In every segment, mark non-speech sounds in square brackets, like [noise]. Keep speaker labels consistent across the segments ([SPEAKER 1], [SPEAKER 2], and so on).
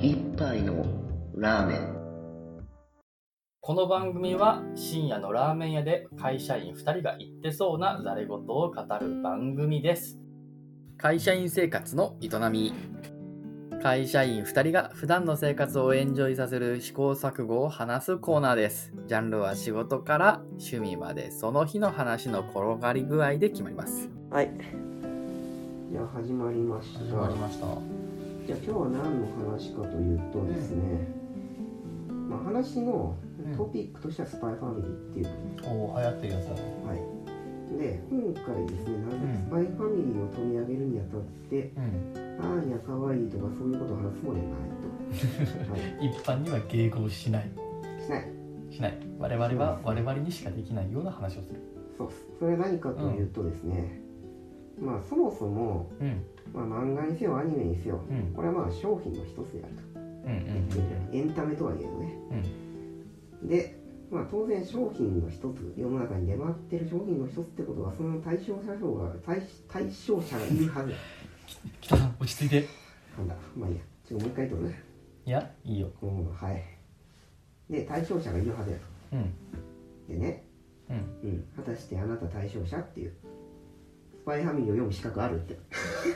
[SPEAKER 1] 一杯のラーメン
[SPEAKER 2] この番組は深夜のラーメン屋で会社員2人が言ってそうなざれ言を語る番組です
[SPEAKER 3] 会社員生活の営み
[SPEAKER 2] 会社員2人が普段の生活をエンジョイさせる試行錯誤を話すコーナーですジャンルは仕事から趣味までその日の話の転がり具合で決まります
[SPEAKER 4] はい。いや始まりました。
[SPEAKER 3] 始まりました
[SPEAKER 4] じゃあ今日は何の話かというとですね、まあ話のトピックとしてはスパイファミリーっていう。
[SPEAKER 3] おお流行ってるやつだ
[SPEAKER 4] はい。で今回ですね、なんでスパイファミリーを取り上げるにあたって、
[SPEAKER 3] うん
[SPEAKER 4] ああいや可愛いとかそういうことを話すつもりはないと。は
[SPEAKER 2] 一般には迎合しない
[SPEAKER 4] い。しない。
[SPEAKER 2] しない我々は我々にしかできないような話をする
[SPEAKER 4] そうっす。それは何かというとですね、まあそもそも
[SPEAKER 2] うん
[SPEAKER 4] まあ漫画にせよアニメにせよ、
[SPEAKER 2] うん
[SPEAKER 4] これはまあ商品の一つであると。
[SPEAKER 2] うんうん
[SPEAKER 4] エンタメとはいえどね、で、まあ、当然商品の一つ世の中に出回ってる商品の一つってことはその対象者が対対象者がいる
[SPEAKER 2] [laughs]
[SPEAKER 4] はず
[SPEAKER 2] 北さん落ち着いて
[SPEAKER 4] なんだまあいいやちょっともう一回言うとね
[SPEAKER 2] いやいいよ
[SPEAKER 4] うんはいで対象者がいるはずや
[SPEAKER 2] うん
[SPEAKER 4] とでね、
[SPEAKER 2] うん
[SPEAKER 4] うん、果たしてあなた対象者っていうスパイファミリーを読む資格あるって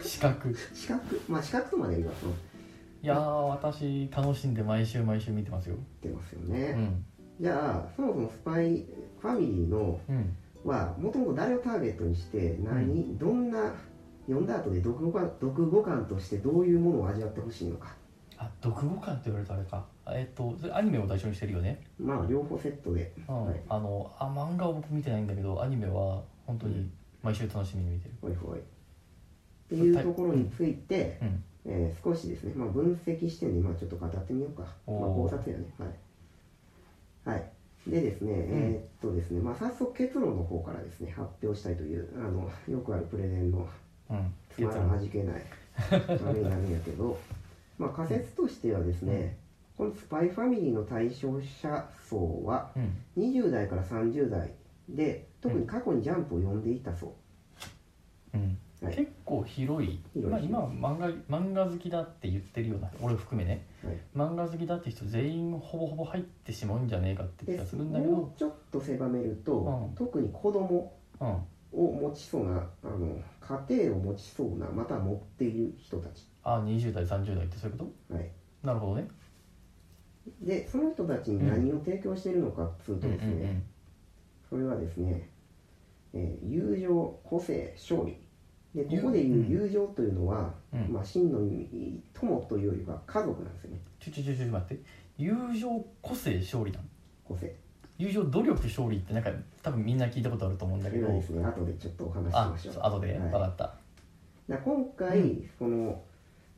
[SPEAKER 2] 資格い
[SPEAKER 4] 資格まあ資格とまでは言わそう
[SPEAKER 2] やー私楽しんで毎週毎週見てますよ
[SPEAKER 4] 言ってますよ
[SPEAKER 2] う
[SPEAKER 4] ね、
[SPEAKER 2] ん
[SPEAKER 4] じゃあそもそもスパイファミリーの
[SPEAKER 2] うん
[SPEAKER 4] はもともと誰をターゲットにして何、どんな読んだ後で読語感読語感としてどういうものを味わってほしいのか
[SPEAKER 2] あ、読語感って言われるとあれか。えっと、それアニメを対象にしてるよね。
[SPEAKER 4] まあ両方セットで
[SPEAKER 2] うん。
[SPEAKER 4] はい
[SPEAKER 2] あの、あ、漫画を僕見てないんだけど、アニメは本当
[SPEAKER 4] う
[SPEAKER 2] に
[SPEAKER 4] ん
[SPEAKER 2] 毎週楽しみに見てる。
[SPEAKER 4] ほいほいっていうところについて、
[SPEAKER 2] うん。
[SPEAKER 4] えー少しですね、まあ、分析視点でまあちょっと語ってみようか、まあ、
[SPEAKER 2] お
[SPEAKER 4] 考
[SPEAKER 2] ー
[SPEAKER 4] 察やねはい、はい、でですね、えーっとですね、まあ、早速結論の方からですね発表したいというあのよくあるプレゼンの
[SPEAKER 2] うん。
[SPEAKER 4] つまらん味気ない悪いなんやけど、 [laughs] まあ、仮説としてはですね、このスパイファミリーの対象者層は
[SPEAKER 2] うん。
[SPEAKER 4] 20代から30代で特に過去にジャンプを読んでいた層、
[SPEAKER 2] うん。
[SPEAKER 4] はい
[SPEAKER 2] 結構広い。
[SPEAKER 4] 広い
[SPEAKER 2] まあ、今は漫画、漫画好きだって言ってるような、俺を含めね。
[SPEAKER 4] はい
[SPEAKER 2] 漫画好きだって人全員ほぼほぼ入ってしまうんじゃねえかって気
[SPEAKER 4] で
[SPEAKER 2] がするんだけど
[SPEAKER 4] も。うちょっと狭めると、
[SPEAKER 2] うん
[SPEAKER 4] 特に子供
[SPEAKER 2] うん。
[SPEAKER 4] を持ちそうなあの家庭を持ちそうなまたは持っている人たち、
[SPEAKER 2] あ、20代、30代ってそういうこ
[SPEAKER 4] はい、
[SPEAKER 2] となるほどね。
[SPEAKER 4] でその人たちに何を提供しているのかっつうとですね、それはですね、えー友情個性勝利でここで言う
[SPEAKER 2] 友
[SPEAKER 4] 友情というのは、
[SPEAKER 2] うん。うん。
[SPEAKER 4] まあ、真の意味友というよりは家族なんですよね
[SPEAKER 2] ちょちょちょちょ待って。友情、個性、勝利なの
[SPEAKER 4] 個性
[SPEAKER 2] 友情努力勝利ってなんか多分みんな聞いたことあると思うんだ
[SPEAKER 4] そ
[SPEAKER 2] け
[SPEAKER 4] れ
[SPEAKER 2] ど
[SPEAKER 4] はですね後でちょっとお話しし
[SPEAKER 2] あ
[SPEAKER 4] まし
[SPEAKER 2] そ
[SPEAKER 4] ょう
[SPEAKER 2] う後で、
[SPEAKER 4] はい
[SPEAKER 2] 分かった
[SPEAKER 4] だから今回、
[SPEAKER 2] う
[SPEAKER 4] その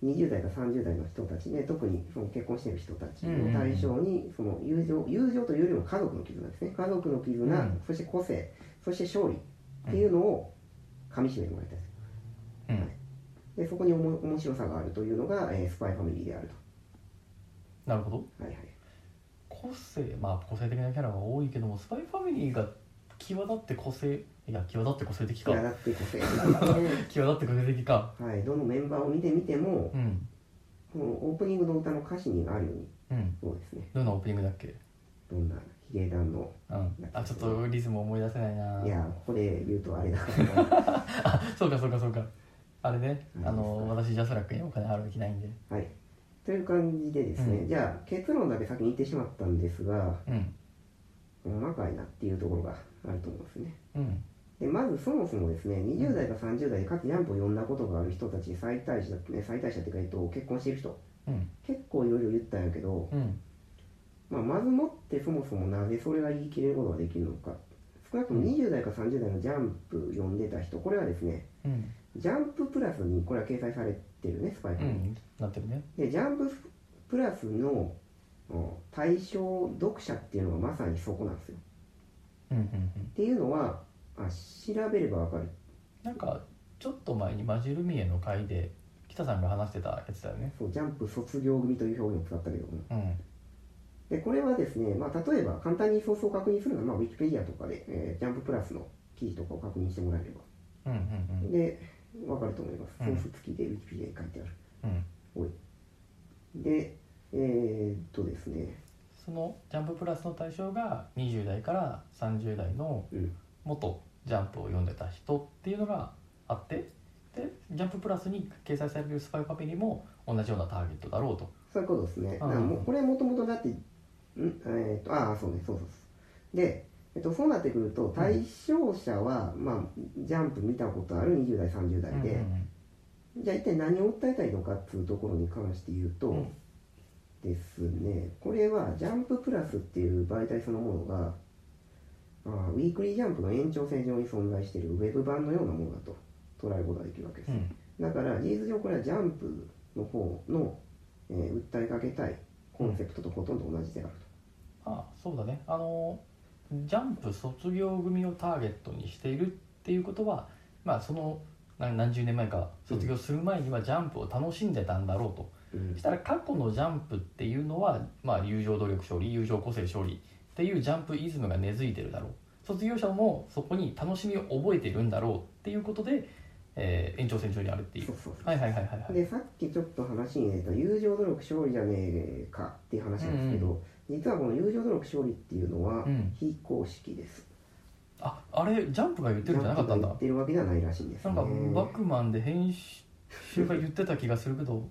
[SPEAKER 4] 20代か30代の人たちで特にその結婚している人たちを対象にその友情友情というよりも家族の絆ですね家族の絆、
[SPEAKER 2] うん
[SPEAKER 4] そして個性そして勝利っていうのをかみしめてもらいたいです
[SPEAKER 2] うん
[SPEAKER 4] でそこにおも面白さがあるというのが、えースパイファミリーである
[SPEAKER 2] なるほど
[SPEAKER 4] とはいはい
[SPEAKER 2] 個性まあ個性的なキャラが多いけどもスパイファミリーが際立って個性いや際立って個性的
[SPEAKER 4] いや
[SPEAKER 2] か
[SPEAKER 4] だって個性なんだね
[SPEAKER 2] 際立って個性的か
[SPEAKER 4] はいどのメンバーを見てみても
[SPEAKER 2] うん
[SPEAKER 4] このオープニングの歌の歌詞にあるように
[SPEAKER 2] うん
[SPEAKER 4] そうですね
[SPEAKER 2] どんなオープニングだっけ
[SPEAKER 4] どんなヒゲダンの
[SPEAKER 2] うんあちょっとリズム思い出せないない
[SPEAKER 4] やここで言うとあれだから
[SPEAKER 2] あそうかそうかそうかあれね
[SPEAKER 4] うん
[SPEAKER 2] あの私ジャスラックにお金払う気ないんで
[SPEAKER 4] なはいという感じでですね、
[SPEAKER 2] うん
[SPEAKER 4] じゃあ結論だけ先に言ってしまったんですが
[SPEAKER 2] うん
[SPEAKER 4] 細かいなっていうところがあると思うんですね
[SPEAKER 2] うん
[SPEAKER 4] でまずそもそもですね20代か30代でかつジャンプを呼んだことがある人たち再退者ね再退者っていうか、えっと、結婚している人
[SPEAKER 2] うん
[SPEAKER 4] 結構いろいろ言ったんやけど、
[SPEAKER 2] うん
[SPEAKER 4] まあ、まずもってそもそもなぜそれが言い切れることができるのか少なくとも20代か30代のジャンプ読んでた人これはですね
[SPEAKER 2] うん
[SPEAKER 4] ジャンププラスにこれは掲載されてるねスパイ
[SPEAKER 2] う
[SPEAKER 4] クに、
[SPEAKER 2] んなってるね
[SPEAKER 4] でジャンププラスのうん対象読者っていうのがまさにそこなんですよ
[SPEAKER 2] うんうんうん
[SPEAKER 4] っていうのはあ調べればわかる
[SPEAKER 2] なんかちょっと前にマジルミエの回で北さんが話してたやつだよね
[SPEAKER 4] そうジャンプ卒業組という表現を使ったけども
[SPEAKER 2] うん
[SPEAKER 4] でこれはですね、まあ、例えば簡単にソースを確認するのは、まあ、ウィキペディアとかで、えージャンププラスの記事とかを確認してもらえれば
[SPEAKER 2] うんうん
[SPEAKER 4] で、わかると思います。
[SPEAKER 2] う
[SPEAKER 4] ソ
[SPEAKER 2] ん
[SPEAKER 4] ース付きでウィキペディアに書いてある。
[SPEAKER 2] うんうん
[SPEAKER 4] で、えーっとですね、
[SPEAKER 2] そのジャンププラスの対象が20代から30代の
[SPEAKER 4] うん
[SPEAKER 2] 元ジャンプを読んでた人っていうのがあってでジャンププラスに掲載されてるスパイファミリーも同じようなターゲットだろうと
[SPEAKER 4] そういうことですね。
[SPEAKER 2] う
[SPEAKER 4] あ
[SPEAKER 2] ん
[SPEAKER 4] もうこれもともとだって、んえーっと、ああ、そうね、そうそうそう。で、えっと、そうなってくると、対象者は、まあ、ジャンプ見たことある20代、30代で、じゃあ一体何を訴えたいのかっていうところに関して言うと、
[SPEAKER 2] うん
[SPEAKER 4] ですねこれはジャンププラスっていう媒体そのものがあーウィークリージャンプの延長線上に存在しているウェブ版のようなものだと捉えることができるわけです、
[SPEAKER 2] うん
[SPEAKER 4] だから事実上これはジャンプの方の、えー訴えかけたいコンセプトとほとんど同じである
[SPEAKER 2] あそうだねあのジャンプ卒業組をターゲットにしているっていうことはまあそのな何十年前か卒業する前にはジャンプを楽しんでたんだろうと
[SPEAKER 4] と、うん
[SPEAKER 2] したら過去のジャンプっていうのは、まあ、友情努力勝利友情個性勝利っていうジャンプイズムが根付いてるだろう卒業者もそこに楽しみを覚えてるんだろうっていうことで、えー延長線上にあるっていう
[SPEAKER 4] そうそうそう
[SPEAKER 2] はいはいはいはいはい
[SPEAKER 4] でさっきちょっと話に出た友情努力勝利じゃねえかっていう話なんですけど、
[SPEAKER 2] うん
[SPEAKER 4] 実はこの友情努力勝利っていうのは
[SPEAKER 2] うん
[SPEAKER 4] 非公式です、
[SPEAKER 2] ああれジャンプが言ってるんじゃなかったんだ
[SPEAKER 4] 言ってるわけじゃないらしいんです
[SPEAKER 2] な
[SPEAKER 4] ね
[SPEAKER 2] んか「バックマン」で編集が言ってた気がするけど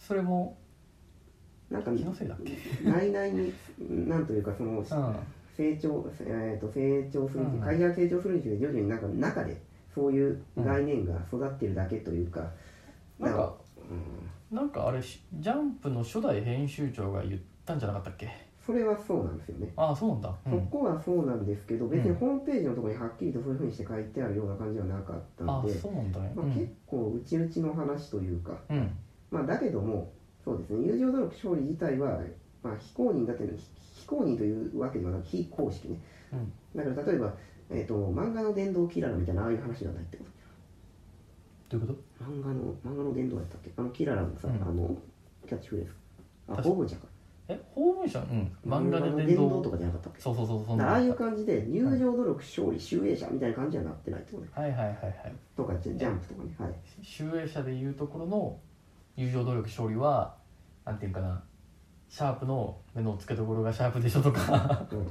[SPEAKER 2] それも
[SPEAKER 4] なんか
[SPEAKER 2] 気のせいだっけ
[SPEAKER 4] 内々になんというかその
[SPEAKER 2] うん
[SPEAKER 4] 成長、えー、と成長する
[SPEAKER 2] うん
[SPEAKER 4] 会社が成長するにつれて徐々になんか中でそういう概念が育ってるだけというか、
[SPEAKER 2] な
[SPEAKER 4] な
[SPEAKER 2] ん
[SPEAKER 4] んか
[SPEAKER 2] かなんかあれしジャンプの初代編集長が言ったんじゃなかったっけ
[SPEAKER 4] それはそうなんですよね、
[SPEAKER 2] ああそうなんだ、う
[SPEAKER 4] そ
[SPEAKER 2] ん、
[SPEAKER 4] こはそうなんですけど別に
[SPEAKER 2] うん
[SPEAKER 4] ホームページのところにはっきりとそういうふうにして書いてあるような感じはなかった
[SPEAKER 2] あ
[SPEAKER 4] の
[SPEAKER 2] あ
[SPEAKER 4] で
[SPEAKER 2] そうなんだね、
[SPEAKER 4] まあ、
[SPEAKER 2] うん
[SPEAKER 4] 結構内々の話というか、
[SPEAKER 2] うん
[SPEAKER 4] まあ、だけどもそうですね友情努力勝利自体は、まあ、非公認だけど非非公認というわけではなく非公式ね
[SPEAKER 2] うん
[SPEAKER 4] だから例えば、えー、と漫画の殿堂キララみたいなああいう話じゃないってこ
[SPEAKER 2] どういうこ
[SPEAKER 4] と
[SPEAKER 2] と
[SPEAKER 4] 漫画の漫画の殿堂やったっけあのキララのさ、
[SPEAKER 2] うん
[SPEAKER 4] あのキャッチフレーズあ
[SPEAKER 2] 確か
[SPEAKER 4] ボブじゃんか
[SPEAKER 2] え法務省うん漫画
[SPEAKER 4] の
[SPEAKER 2] で
[SPEAKER 4] 殿
[SPEAKER 2] 伝
[SPEAKER 4] 堂
[SPEAKER 2] 道
[SPEAKER 4] とかじゃなかったっけ
[SPEAKER 2] そうそうそうそん
[SPEAKER 4] だか
[SPEAKER 2] な
[SPEAKER 4] らああいう
[SPEAKER 2] は
[SPEAKER 4] 感じで友情努力勝利集英者みたいな感じにはなってないってことね
[SPEAKER 2] いはいはいはい
[SPEAKER 4] とかジャジャンプとかねはい
[SPEAKER 2] [laughs] 集英社でいうところの友情努力勝利はなんていうかなシャープの目の付けどころがシャープでしょとか [laughs]
[SPEAKER 4] うん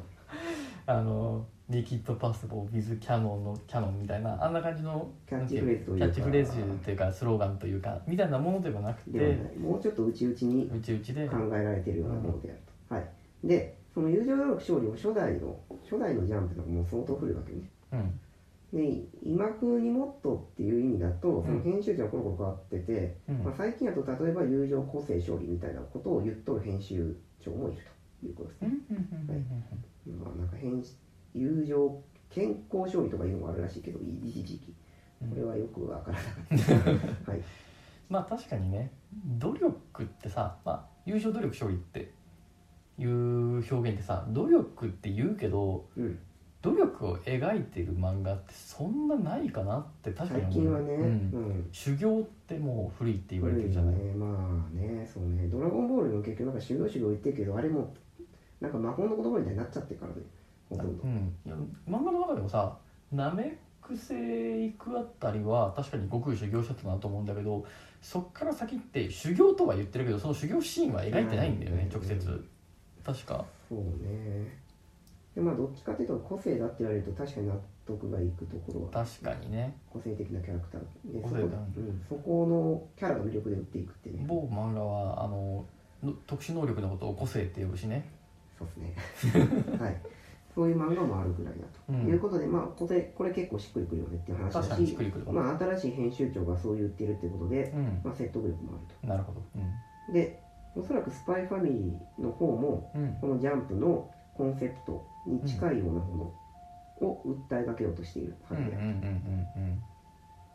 [SPEAKER 2] あのリキッドパスボービズキャノンのキャノンみたいなあんな感じの
[SPEAKER 4] キャッチフレーズというか
[SPEAKER 2] なんていうキャッチフレーズというかスローガンというかみたいなものではなくて
[SPEAKER 4] ではないもうちょっと内々に
[SPEAKER 2] うちうちで
[SPEAKER 4] 考えられているようなものであると、はい、でその友情努力勝利も初代の初代のジャンプとかもう相当古いわけね
[SPEAKER 2] うん
[SPEAKER 4] で今風にもっとっていう意味だとその編集長はコロコロ変わってて、
[SPEAKER 2] うん
[SPEAKER 4] まあ、最近だと例えば友情個性勝利みたいなことを言っとる編集長もいるということです
[SPEAKER 2] う
[SPEAKER 4] ね、
[SPEAKER 2] んうんうんうん
[SPEAKER 4] まあ、なんか編友情健康勝利とかいうのもあるらしいけど一時期
[SPEAKER 2] うん
[SPEAKER 4] これはよくわからなか
[SPEAKER 2] [laughs]
[SPEAKER 4] った、はい、
[SPEAKER 2] まあ確かにね努力ってさ、まあ、優勝努力勝利っていう表現ってさ努力って言うけど
[SPEAKER 4] うん、
[SPEAKER 2] 努力を描いてる漫画ってそんなないかなって確か
[SPEAKER 4] 最
[SPEAKER 2] に思う
[SPEAKER 4] 近はね、
[SPEAKER 2] う
[SPEAKER 4] うんん、
[SPEAKER 2] 修行ってもう古いって言われてるじゃない、
[SPEAKER 4] ね、まあねそうね「ドラゴンボール」の結局なんか修行修行言ってるけどあれもなんか魔法の言葉みたいになっちゃってるからねほとんど
[SPEAKER 2] うん、いや漫画の中でもさナメック星行くあたりは確かに悟空修行者だなと思うんだけどそっから先って修行とは言ってるけどその修行シーンは描いてないんだよね、
[SPEAKER 4] うん
[SPEAKER 2] 直接確か
[SPEAKER 4] そうねでまあどっちかというと個性だって言われると確かに納得がいくところは
[SPEAKER 2] 確かにね
[SPEAKER 4] 個性的なキャラクターで
[SPEAKER 2] 個
[SPEAKER 4] そこ,、
[SPEAKER 2] 性
[SPEAKER 4] う
[SPEAKER 2] だ
[SPEAKER 4] ん、そこのキャラの魅力で売っていくってね
[SPEAKER 2] 某漫画はあのの特殊能力のことを個性って呼ぶしね
[SPEAKER 4] そうですね [laughs] はいそういう漫画もあるぐらいだと、
[SPEAKER 2] うん
[SPEAKER 4] いうことでまあこれこれ結構しっくりくるよねっていう話だ
[SPEAKER 2] 確かにしっくりくるわ、
[SPEAKER 4] まあ、新しい編集長がそう言ってるってことで、
[SPEAKER 2] うん
[SPEAKER 4] まあ、説得力もあると
[SPEAKER 2] なるほど
[SPEAKER 4] でおそらくスパイファミリーの方も
[SPEAKER 2] うん、うん、
[SPEAKER 4] このジャンプのコンセプトに近いようなものを訴えかけようとしているは
[SPEAKER 2] うんうん
[SPEAKER 4] ずである、
[SPEAKER 2] うんうん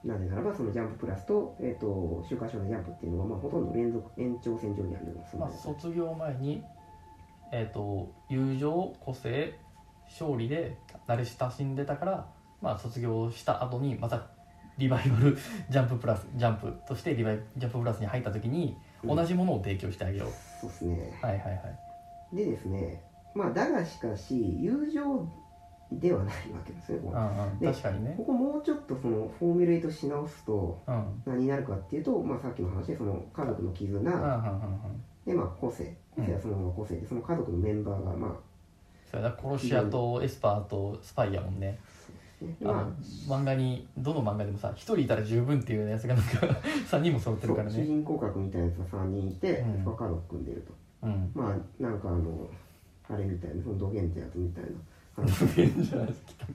[SPEAKER 4] なぜならばそのジャンププラスと,、えー、と「週刊少年ジャンプ」っていうのは、まあ、ほとんど連続延長線上にあるような
[SPEAKER 2] う
[SPEAKER 4] そん
[SPEAKER 2] んま
[SPEAKER 4] な
[SPEAKER 2] あ卒業前にえっ、と友情個性勝利で慣れ親しんでたからまあ卒業した後にまたリバイバル [laughs] ジャンププラスジャンプとしてリバイジャンププラスに入った時に
[SPEAKER 4] うん
[SPEAKER 2] 同じものを提供してあげよう、
[SPEAKER 4] そうですね
[SPEAKER 2] はいはいはい
[SPEAKER 4] でですねまあだがしかし友情ではないわけですねこれ
[SPEAKER 2] うんうん
[SPEAKER 4] で
[SPEAKER 2] 確かにね
[SPEAKER 4] ここもうちょっとそのフォーミュレートし直すと
[SPEAKER 2] うんうん
[SPEAKER 4] 何になるかっていうと、まあ、さっきの話でその家族の絆、
[SPEAKER 2] うんうんうん
[SPEAKER 4] でまあ個性
[SPEAKER 2] うん
[SPEAKER 4] 性はそのまま個性でその家族のメンバーがま
[SPEAKER 2] そうやな殺し屋とエスパーとスパイやもんね、
[SPEAKER 4] あ、ね、
[SPEAKER 2] あの
[SPEAKER 4] ま
[SPEAKER 2] 漫画にどの漫画でもさ1人いたら十分っていうやつがなんか3人も揃っ
[SPEAKER 4] あ
[SPEAKER 2] て
[SPEAKER 4] そ
[SPEAKER 2] る
[SPEAKER 4] う
[SPEAKER 2] から
[SPEAKER 4] 主
[SPEAKER 2] ね
[SPEAKER 4] 人公格みたいなやつが3人いて、
[SPEAKER 2] うん
[SPEAKER 4] そこから家族組んでると [laughs]
[SPEAKER 2] うん
[SPEAKER 4] まあなんかあのあれみたいなその土源ってやつみたいなあの
[SPEAKER 2] ベンジャーズ来たか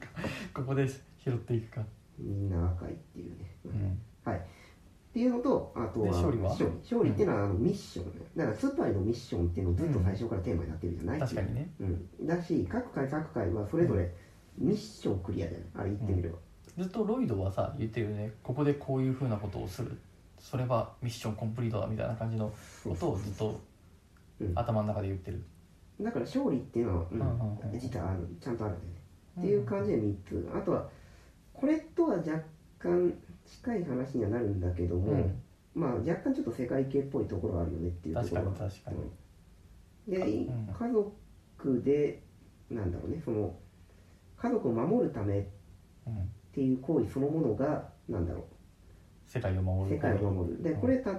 [SPEAKER 2] ここで拾っていくか
[SPEAKER 4] みんな赤いっていうね、
[SPEAKER 2] うん
[SPEAKER 4] はいっていうのとあとは
[SPEAKER 2] で勝利は
[SPEAKER 4] 勝利勝利っていうのはあのミッションねだからスパイのミッションっていうのをずっと最初からテーマになってるじゃない、
[SPEAKER 2] 確かにね
[SPEAKER 4] うん、だし各回各回はそれぞれミッションクリアじゃないあれ言ってみれば、
[SPEAKER 2] ずっとロイドはさ言ってるよねここでこういうふうなことをするそれはミッションコンプリートだみたいな感じの
[SPEAKER 4] そう
[SPEAKER 2] ことをずっと
[SPEAKER 4] うん
[SPEAKER 2] 頭の中で言ってる、
[SPEAKER 4] だから勝利っていうのは、うん
[SPEAKER 2] うんうんうん
[SPEAKER 4] 実はあるちゃんとあるんだよね、っていう感じで3つあとはこれとは若干近い話にはなるんだけども、
[SPEAKER 2] うん
[SPEAKER 4] まあ若干ちょっと世界系っぽいところはあるよねっていうと
[SPEAKER 2] 確
[SPEAKER 4] こ
[SPEAKER 2] か
[SPEAKER 4] ろ
[SPEAKER 2] に
[SPEAKER 4] は
[SPEAKER 2] 確か
[SPEAKER 4] で、
[SPEAKER 2] に、ん
[SPEAKER 4] 家族でなんだろうねその家族を守るためっ
[SPEAKER 2] うん、
[SPEAKER 4] ていう行為そのものがなんだろ
[SPEAKER 2] 世界を
[SPEAKER 4] う
[SPEAKER 2] 守
[SPEAKER 4] 世
[SPEAKER 2] る
[SPEAKER 4] 界を守るで
[SPEAKER 2] うん
[SPEAKER 4] これ例えばア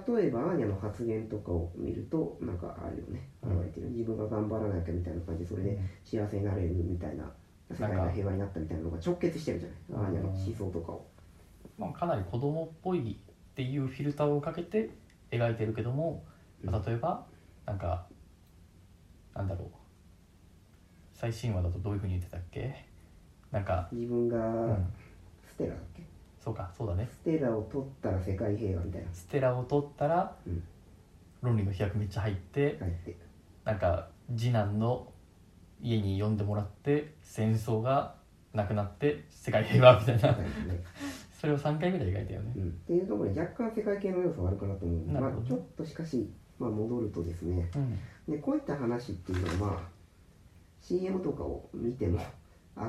[SPEAKER 4] ーニャの発言とかを見るとなんかあるよね
[SPEAKER 2] うん
[SPEAKER 4] 現れてる自分が頑張らなきゃみたいな感じでそれで幸せになれるみたいな世界
[SPEAKER 2] なん
[SPEAKER 4] が
[SPEAKER 2] か
[SPEAKER 4] 平和になったみたいなのが直結してるじゃないアーニャの思想とかを
[SPEAKER 2] まあ、かなり子供っぽいっていうフィルターをかけて描いてるけども、まあ例えばなんかなんだろう最新話だとどういうふうに言ってたっけなんか、
[SPEAKER 4] 自分
[SPEAKER 2] う
[SPEAKER 4] が
[SPEAKER 2] ん
[SPEAKER 4] ステラだっけ
[SPEAKER 2] そうかそうだね
[SPEAKER 4] ステラを取ったら世界平和みたいな
[SPEAKER 2] ステラを取ったら、
[SPEAKER 4] うん
[SPEAKER 2] 論理の飛躍めっちゃ入って、
[SPEAKER 4] 入って
[SPEAKER 2] なんか次男の家に呼んでもらって戦争がなくなって世界平和みたいな
[SPEAKER 4] 入って
[SPEAKER 2] [laughs]
[SPEAKER 4] ね
[SPEAKER 2] それを3回ぐらい描いたよね、
[SPEAKER 4] っていうところで若干世界系の要素はあるかなと思うので、
[SPEAKER 2] な
[SPEAKER 4] ま
[SPEAKER 2] るほど
[SPEAKER 4] あ、ちょっとしかし、まあ、戻るとですね
[SPEAKER 2] うん
[SPEAKER 4] でこういった話っていうのは、まあ、CM とかを見ても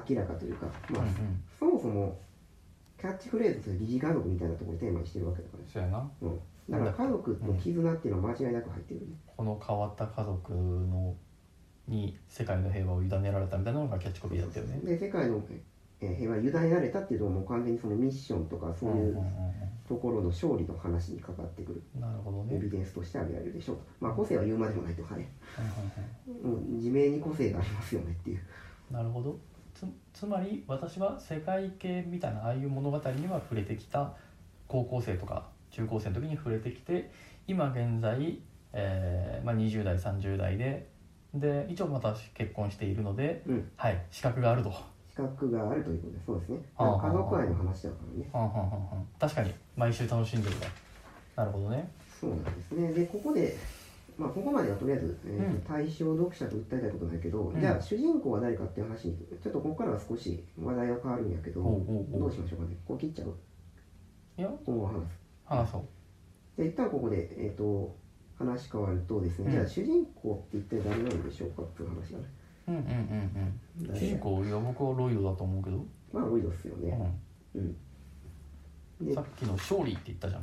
[SPEAKER 4] 明らかというか、まあ
[SPEAKER 2] うんうん
[SPEAKER 4] そもそもキャッチフレーズとして疑似家族みたいなところをテーマにしてるわけだから、
[SPEAKER 2] そうやな
[SPEAKER 4] うん、だから家族の絆っていうのは間違いなく入ってるよね、
[SPEAKER 2] この変わった家族のに世界の平和を委ねられたみたいなのがキャッチコピーだったよね
[SPEAKER 4] で世界のえー平和に委ねられたっていうのはもう完全にそのミッションとかそうい
[SPEAKER 2] んん
[SPEAKER 4] うところの勝利の話にかかってくる
[SPEAKER 2] うんなるほどね、
[SPEAKER 4] エ
[SPEAKER 2] うんうん
[SPEAKER 4] ビデ
[SPEAKER 2] うん
[SPEAKER 4] ンスとして挙げられるでしょうとまあ個性は言うまでもないとかねもう自明に個性がありますよねっていう
[SPEAKER 2] なるほどつつまり私は世界系みたいなああいう物語には触れてきた高校生とか中高生の時に触れてきて今現在、えーまあ、20代30代でで一応また結婚しているので、
[SPEAKER 4] うん
[SPEAKER 2] はい資格があるとは
[SPEAKER 4] 資格があるということでそうですね
[SPEAKER 2] あ
[SPEAKER 4] だ
[SPEAKER 2] あ
[SPEAKER 4] から家族愛の話だからね
[SPEAKER 2] んはんはんはん確かに毎週楽しんでるわなるほどね
[SPEAKER 4] そうなんですねでここでまあここまではとりあえず、えー
[SPEAKER 2] うん
[SPEAKER 4] 対象読者と訴えたいことないけど、
[SPEAKER 2] うん
[SPEAKER 4] じゃあ主人公は誰かっていう話にちょっとここからは少し話題は変わるんやけど
[SPEAKER 2] おうおうおう
[SPEAKER 4] どうしましょうかねこう切っちゃう
[SPEAKER 2] いや
[SPEAKER 4] 今後話す
[SPEAKER 2] 話そう
[SPEAKER 4] じゃあ一旦ここでえっ、と話変わるとですね、
[SPEAKER 2] うん
[SPEAKER 4] じゃあ主人公って一体誰なんでしょうかっていう話がね
[SPEAKER 2] うんうんうんうん主人公いや僕はロイドだと思うけど、
[SPEAKER 4] まあロイドっすよね、
[SPEAKER 2] う
[SPEAKER 4] うん
[SPEAKER 2] ん、
[SPEAKER 4] で
[SPEAKER 2] さっきの勝利って言ったじゃん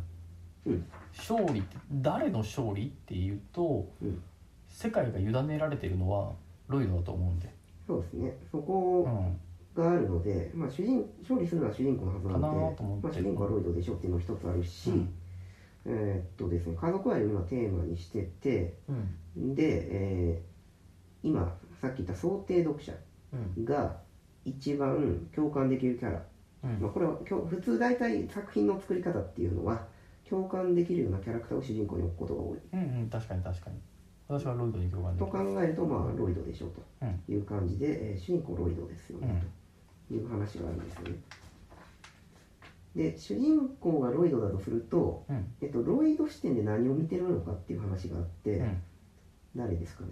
[SPEAKER 4] うん
[SPEAKER 2] 勝利って誰の勝利っていうと
[SPEAKER 4] うん
[SPEAKER 2] 世界が委ねられてるのはロイドだと思うんで、
[SPEAKER 4] そうですねそこを、
[SPEAKER 2] うん、
[SPEAKER 4] があるので、まあ、主人勝利するのは主人公のはずな
[SPEAKER 2] かな
[SPEAKER 4] の
[SPEAKER 2] ーと思
[SPEAKER 4] で、
[SPEAKER 2] って
[SPEAKER 4] まあ、主人公はロイドでしょっていうのも一つあるし、
[SPEAKER 2] うん
[SPEAKER 4] えーっとですね、家族愛を今テーマにしてて
[SPEAKER 2] うん
[SPEAKER 4] で、えー今さっき言った想定読者
[SPEAKER 2] うん
[SPEAKER 4] が一番共感できるキャラ、
[SPEAKER 2] うん
[SPEAKER 4] まあ、これはきょ普通大体作品の作り方っていうのは共感できるようなキャラクターを主人公に置くことが多い
[SPEAKER 2] うんうん確かに確かに私はロイドに共感で
[SPEAKER 4] と
[SPEAKER 2] き
[SPEAKER 4] 考
[SPEAKER 2] る
[SPEAKER 4] えるとまあロイドでしょう
[SPEAKER 2] うん
[SPEAKER 4] という感じで、えー主人公ロイドですよね、
[SPEAKER 2] うん
[SPEAKER 4] という話があるんですよねで主人公がロイドだとすると、
[SPEAKER 2] うん
[SPEAKER 4] えっと、ロイド視点で何を見てるのかっていう話があって、
[SPEAKER 2] うん
[SPEAKER 4] 誰ですかね、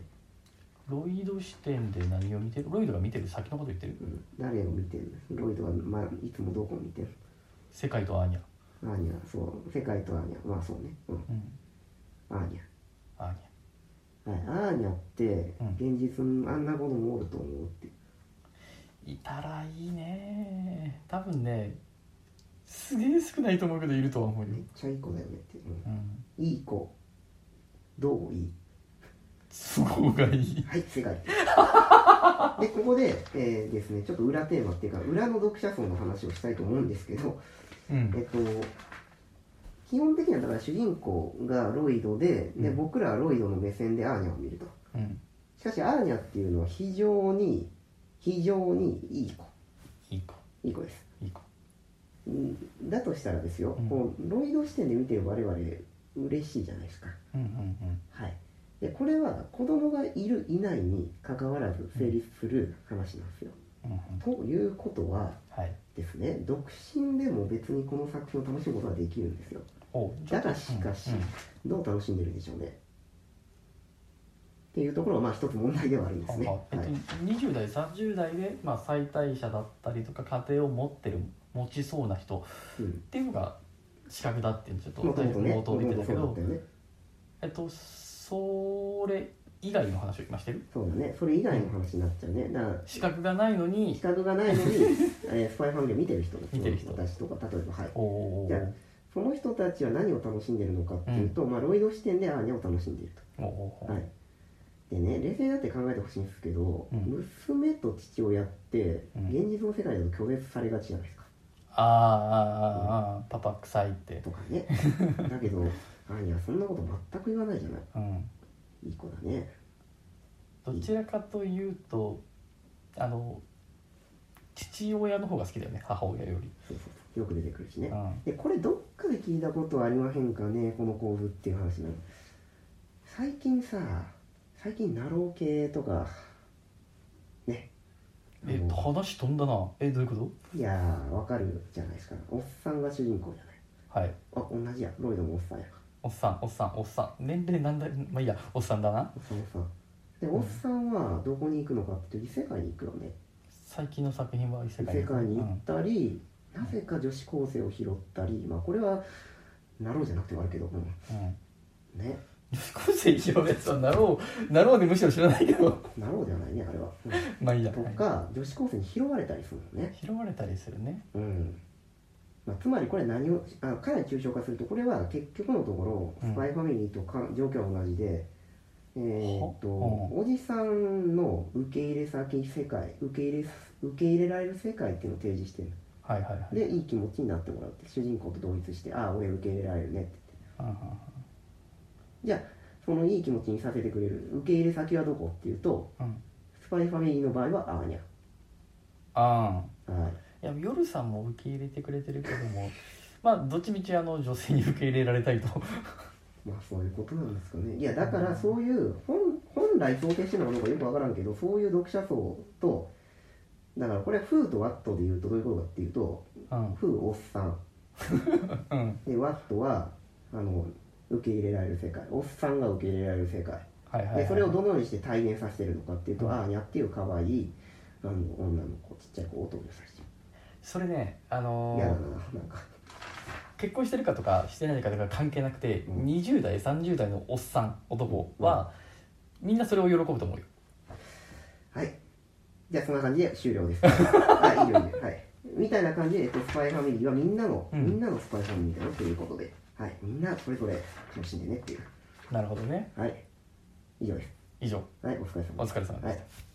[SPEAKER 2] ロイド視点で何を見てるロイドが見てる先のこと言ってる
[SPEAKER 4] うん、誰を見てるロイドは、まあ、いつもどこを見てる
[SPEAKER 2] 世界とアーニャ、
[SPEAKER 4] アーニャそう世界とアーニャまあそうね、うん、
[SPEAKER 2] うん、
[SPEAKER 4] アーニャ
[SPEAKER 2] アーニ
[SPEAKER 4] はい、アーニャって現実にあんなこともおると思うって、
[SPEAKER 2] ャいたらいいね多分ねすげえ少ないと思うけどいるとは思うよ
[SPEAKER 4] めっちゃいい子だよねって、うん
[SPEAKER 2] うん
[SPEAKER 4] いい子どういい
[SPEAKER 2] 都合がいい
[SPEAKER 4] はい正解でここで、えーですねちょっと裏テーマっていうか裏の読者層の話をしたいと思うんですけど
[SPEAKER 2] う
[SPEAKER 4] えっ
[SPEAKER 2] ん
[SPEAKER 4] と基本的にはだから主人公がロイドでで
[SPEAKER 2] うん
[SPEAKER 4] 僕らはロイドの目線でアーニャを見ると
[SPEAKER 2] うん
[SPEAKER 4] しかしアーニャっていうのは非常に非常にいい子
[SPEAKER 2] いい子
[SPEAKER 4] いい子です
[SPEAKER 2] いい子
[SPEAKER 4] んだとしたらですよ、
[SPEAKER 2] うん
[SPEAKER 4] こうロイド視点で見て我々嬉しいじゃないですか
[SPEAKER 2] うんうん
[SPEAKER 4] はいでこれは子供がいるいないに関わらず成立する話なんですよ、
[SPEAKER 2] うんうんうん
[SPEAKER 4] ということは
[SPEAKER 2] はい
[SPEAKER 4] ですね独身でも別にこの作品を楽しむことができるんですよ
[SPEAKER 2] お
[SPEAKER 4] だがしかし、どう楽しんでるんでしょうねっていうところはまあ一つ問題ではあるんですね、
[SPEAKER 2] あ
[SPEAKER 4] は
[SPEAKER 2] あえっと
[SPEAKER 4] い、
[SPEAKER 2] 20代30代で、まあ、再退者だったりとか家庭を持ってる持ちそうな人っ
[SPEAKER 4] うん
[SPEAKER 2] ていうのが資格だってちょっと
[SPEAKER 4] もともとね
[SPEAKER 2] 冒頭で言ってたけ
[SPEAKER 4] そうだっ
[SPEAKER 2] ど
[SPEAKER 4] た、よね
[SPEAKER 2] えっと、それ以外の話を今してる
[SPEAKER 4] そうだねそれ以外の話になっちゃうねだから
[SPEAKER 2] 資格がないのに
[SPEAKER 4] 資格がないのに、 [laughs] えースパイファミリーを見てる人
[SPEAKER 2] 見てる人
[SPEAKER 4] 私とか例えばはい
[SPEAKER 2] おお
[SPEAKER 4] じゃあその人たちは何を楽しんでるのかっていうと、まあロイド視点でアーニャを楽しんでいる
[SPEAKER 2] おお
[SPEAKER 4] と、はい、でね冷静になって考えてほしいんですけど、
[SPEAKER 2] うん
[SPEAKER 4] 娘と父親って
[SPEAKER 2] うん
[SPEAKER 4] 現実の世界だと拒絶されがちじゃないですか、
[SPEAKER 2] ああああパパ臭いって
[SPEAKER 4] とか
[SPEAKER 2] [laughs]
[SPEAKER 4] ねだけどアーニャはそんなこと全く言わないじゃない
[SPEAKER 2] うん
[SPEAKER 4] いい子だね
[SPEAKER 2] どちらかというとあの父親の方が好きだよね母親より、
[SPEAKER 4] そうそうそうよく出てくるしね、
[SPEAKER 2] うん、
[SPEAKER 4] でこれどっかで聞いたことありませんかねこの構図っていう話なの最近さ最近ナロー系とかね
[SPEAKER 2] え
[SPEAKER 4] あの
[SPEAKER 2] 話飛んだなえどういうこ
[SPEAKER 4] いやーわかるじゃないですかおっさんが主人公じゃない
[SPEAKER 2] とはい
[SPEAKER 4] あ同じやロイドもおっさんや
[SPEAKER 2] おっさんおっさんおっさん年齢なんだまあいいやおっさんだな
[SPEAKER 4] おっさんおっさんでおっさんはどこに行くのかっていうと異世界に行くよね
[SPEAKER 2] 最近の作品は異世
[SPEAKER 4] 異
[SPEAKER 2] 界
[SPEAKER 4] 世界に
[SPEAKER 2] う
[SPEAKER 4] 行っ
[SPEAKER 2] ん
[SPEAKER 4] たり、なぜか女子高生を拾ったりまあこれはナローじゃなくてもあるけど、うん
[SPEAKER 2] うん、
[SPEAKER 4] ね
[SPEAKER 2] 女子高生拾うやつはなろうなろうでむしろ知らないけど [laughs]
[SPEAKER 4] ナローではないねあれは、うん
[SPEAKER 2] まあいいや
[SPEAKER 4] と
[SPEAKER 2] はい
[SPEAKER 4] か女子高生に拾われたりするのね
[SPEAKER 2] 拾われたりするね
[SPEAKER 4] うんまあ、つまりこれ何をあかなり抽象化するとこれは結局のところ
[SPEAKER 2] うん
[SPEAKER 4] スパイファミリーとか状況は同じで、えーっと
[SPEAKER 2] ほ
[SPEAKER 4] おじさんの受け入れ先世界受け入れす受け入れられる世界っていうのを提示してる
[SPEAKER 2] はいはいはい
[SPEAKER 4] でいい気持ちになってもらうって主人公と同一してああ俺受け入れられるねって
[SPEAKER 2] うんうんうん
[SPEAKER 4] じゃあそのいい気持ちにさせてくれる受け入れ先はどこっていうと
[SPEAKER 2] うん
[SPEAKER 4] スパイファミリーの場合はアーニャ
[SPEAKER 2] ああ
[SPEAKER 4] はい
[SPEAKER 2] いや夜さんも受け入れてくれてるけども [laughs] まあどっちみちあの女性に受け入れられたいと [laughs]
[SPEAKER 4] まあそういうことなんですかねいやだからそういう本本来想定してるのかどうかよくわからんけどそういう読者層とだからこれは「フー」と「ワット」で言うとどういうことかっていうと
[SPEAKER 2] うん
[SPEAKER 4] 「フー」おっさん
[SPEAKER 2] うん
[SPEAKER 4] で「ワットは」あの受け入れられる世界おっさんが受け入れられる世界
[SPEAKER 2] はいはい、はい、
[SPEAKER 4] でそれをどのようにして体現させてるのかっていうと、
[SPEAKER 2] うん
[SPEAKER 4] ああにゃっていう可愛いあの女の子ちっちゃい子を乙女させて
[SPEAKER 2] それねあのー
[SPEAKER 4] 嫌だななんか
[SPEAKER 2] 結婚してるかとかしてないかとか関係なくて、
[SPEAKER 4] うん
[SPEAKER 2] 20代30代のおっさん男は、みんなそれを喜ぶと思うよ
[SPEAKER 4] はい。じゃあそんな感じで終了です。
[SPEAKER 2] [laughs]
[SPEAKER 4] はい、以上です。はい。みたいな感じで、えっと、スパイファミリーはみんなの、
[SPEAKER 2] うん
[SPEAKER 4] みんなのスパイファミリーだよということで、はい。みんなそれぞれ楽しんでねっていう。
[SPEAKER 2] なるほどね
[SPEAKER 4] はい。以上です。
[SPEAKER 2] 以上
[SPEAKER 4] はい、お疲れ様です
[SPEAKER 2] お疲れ様でした、
[SPEAKER 4] はい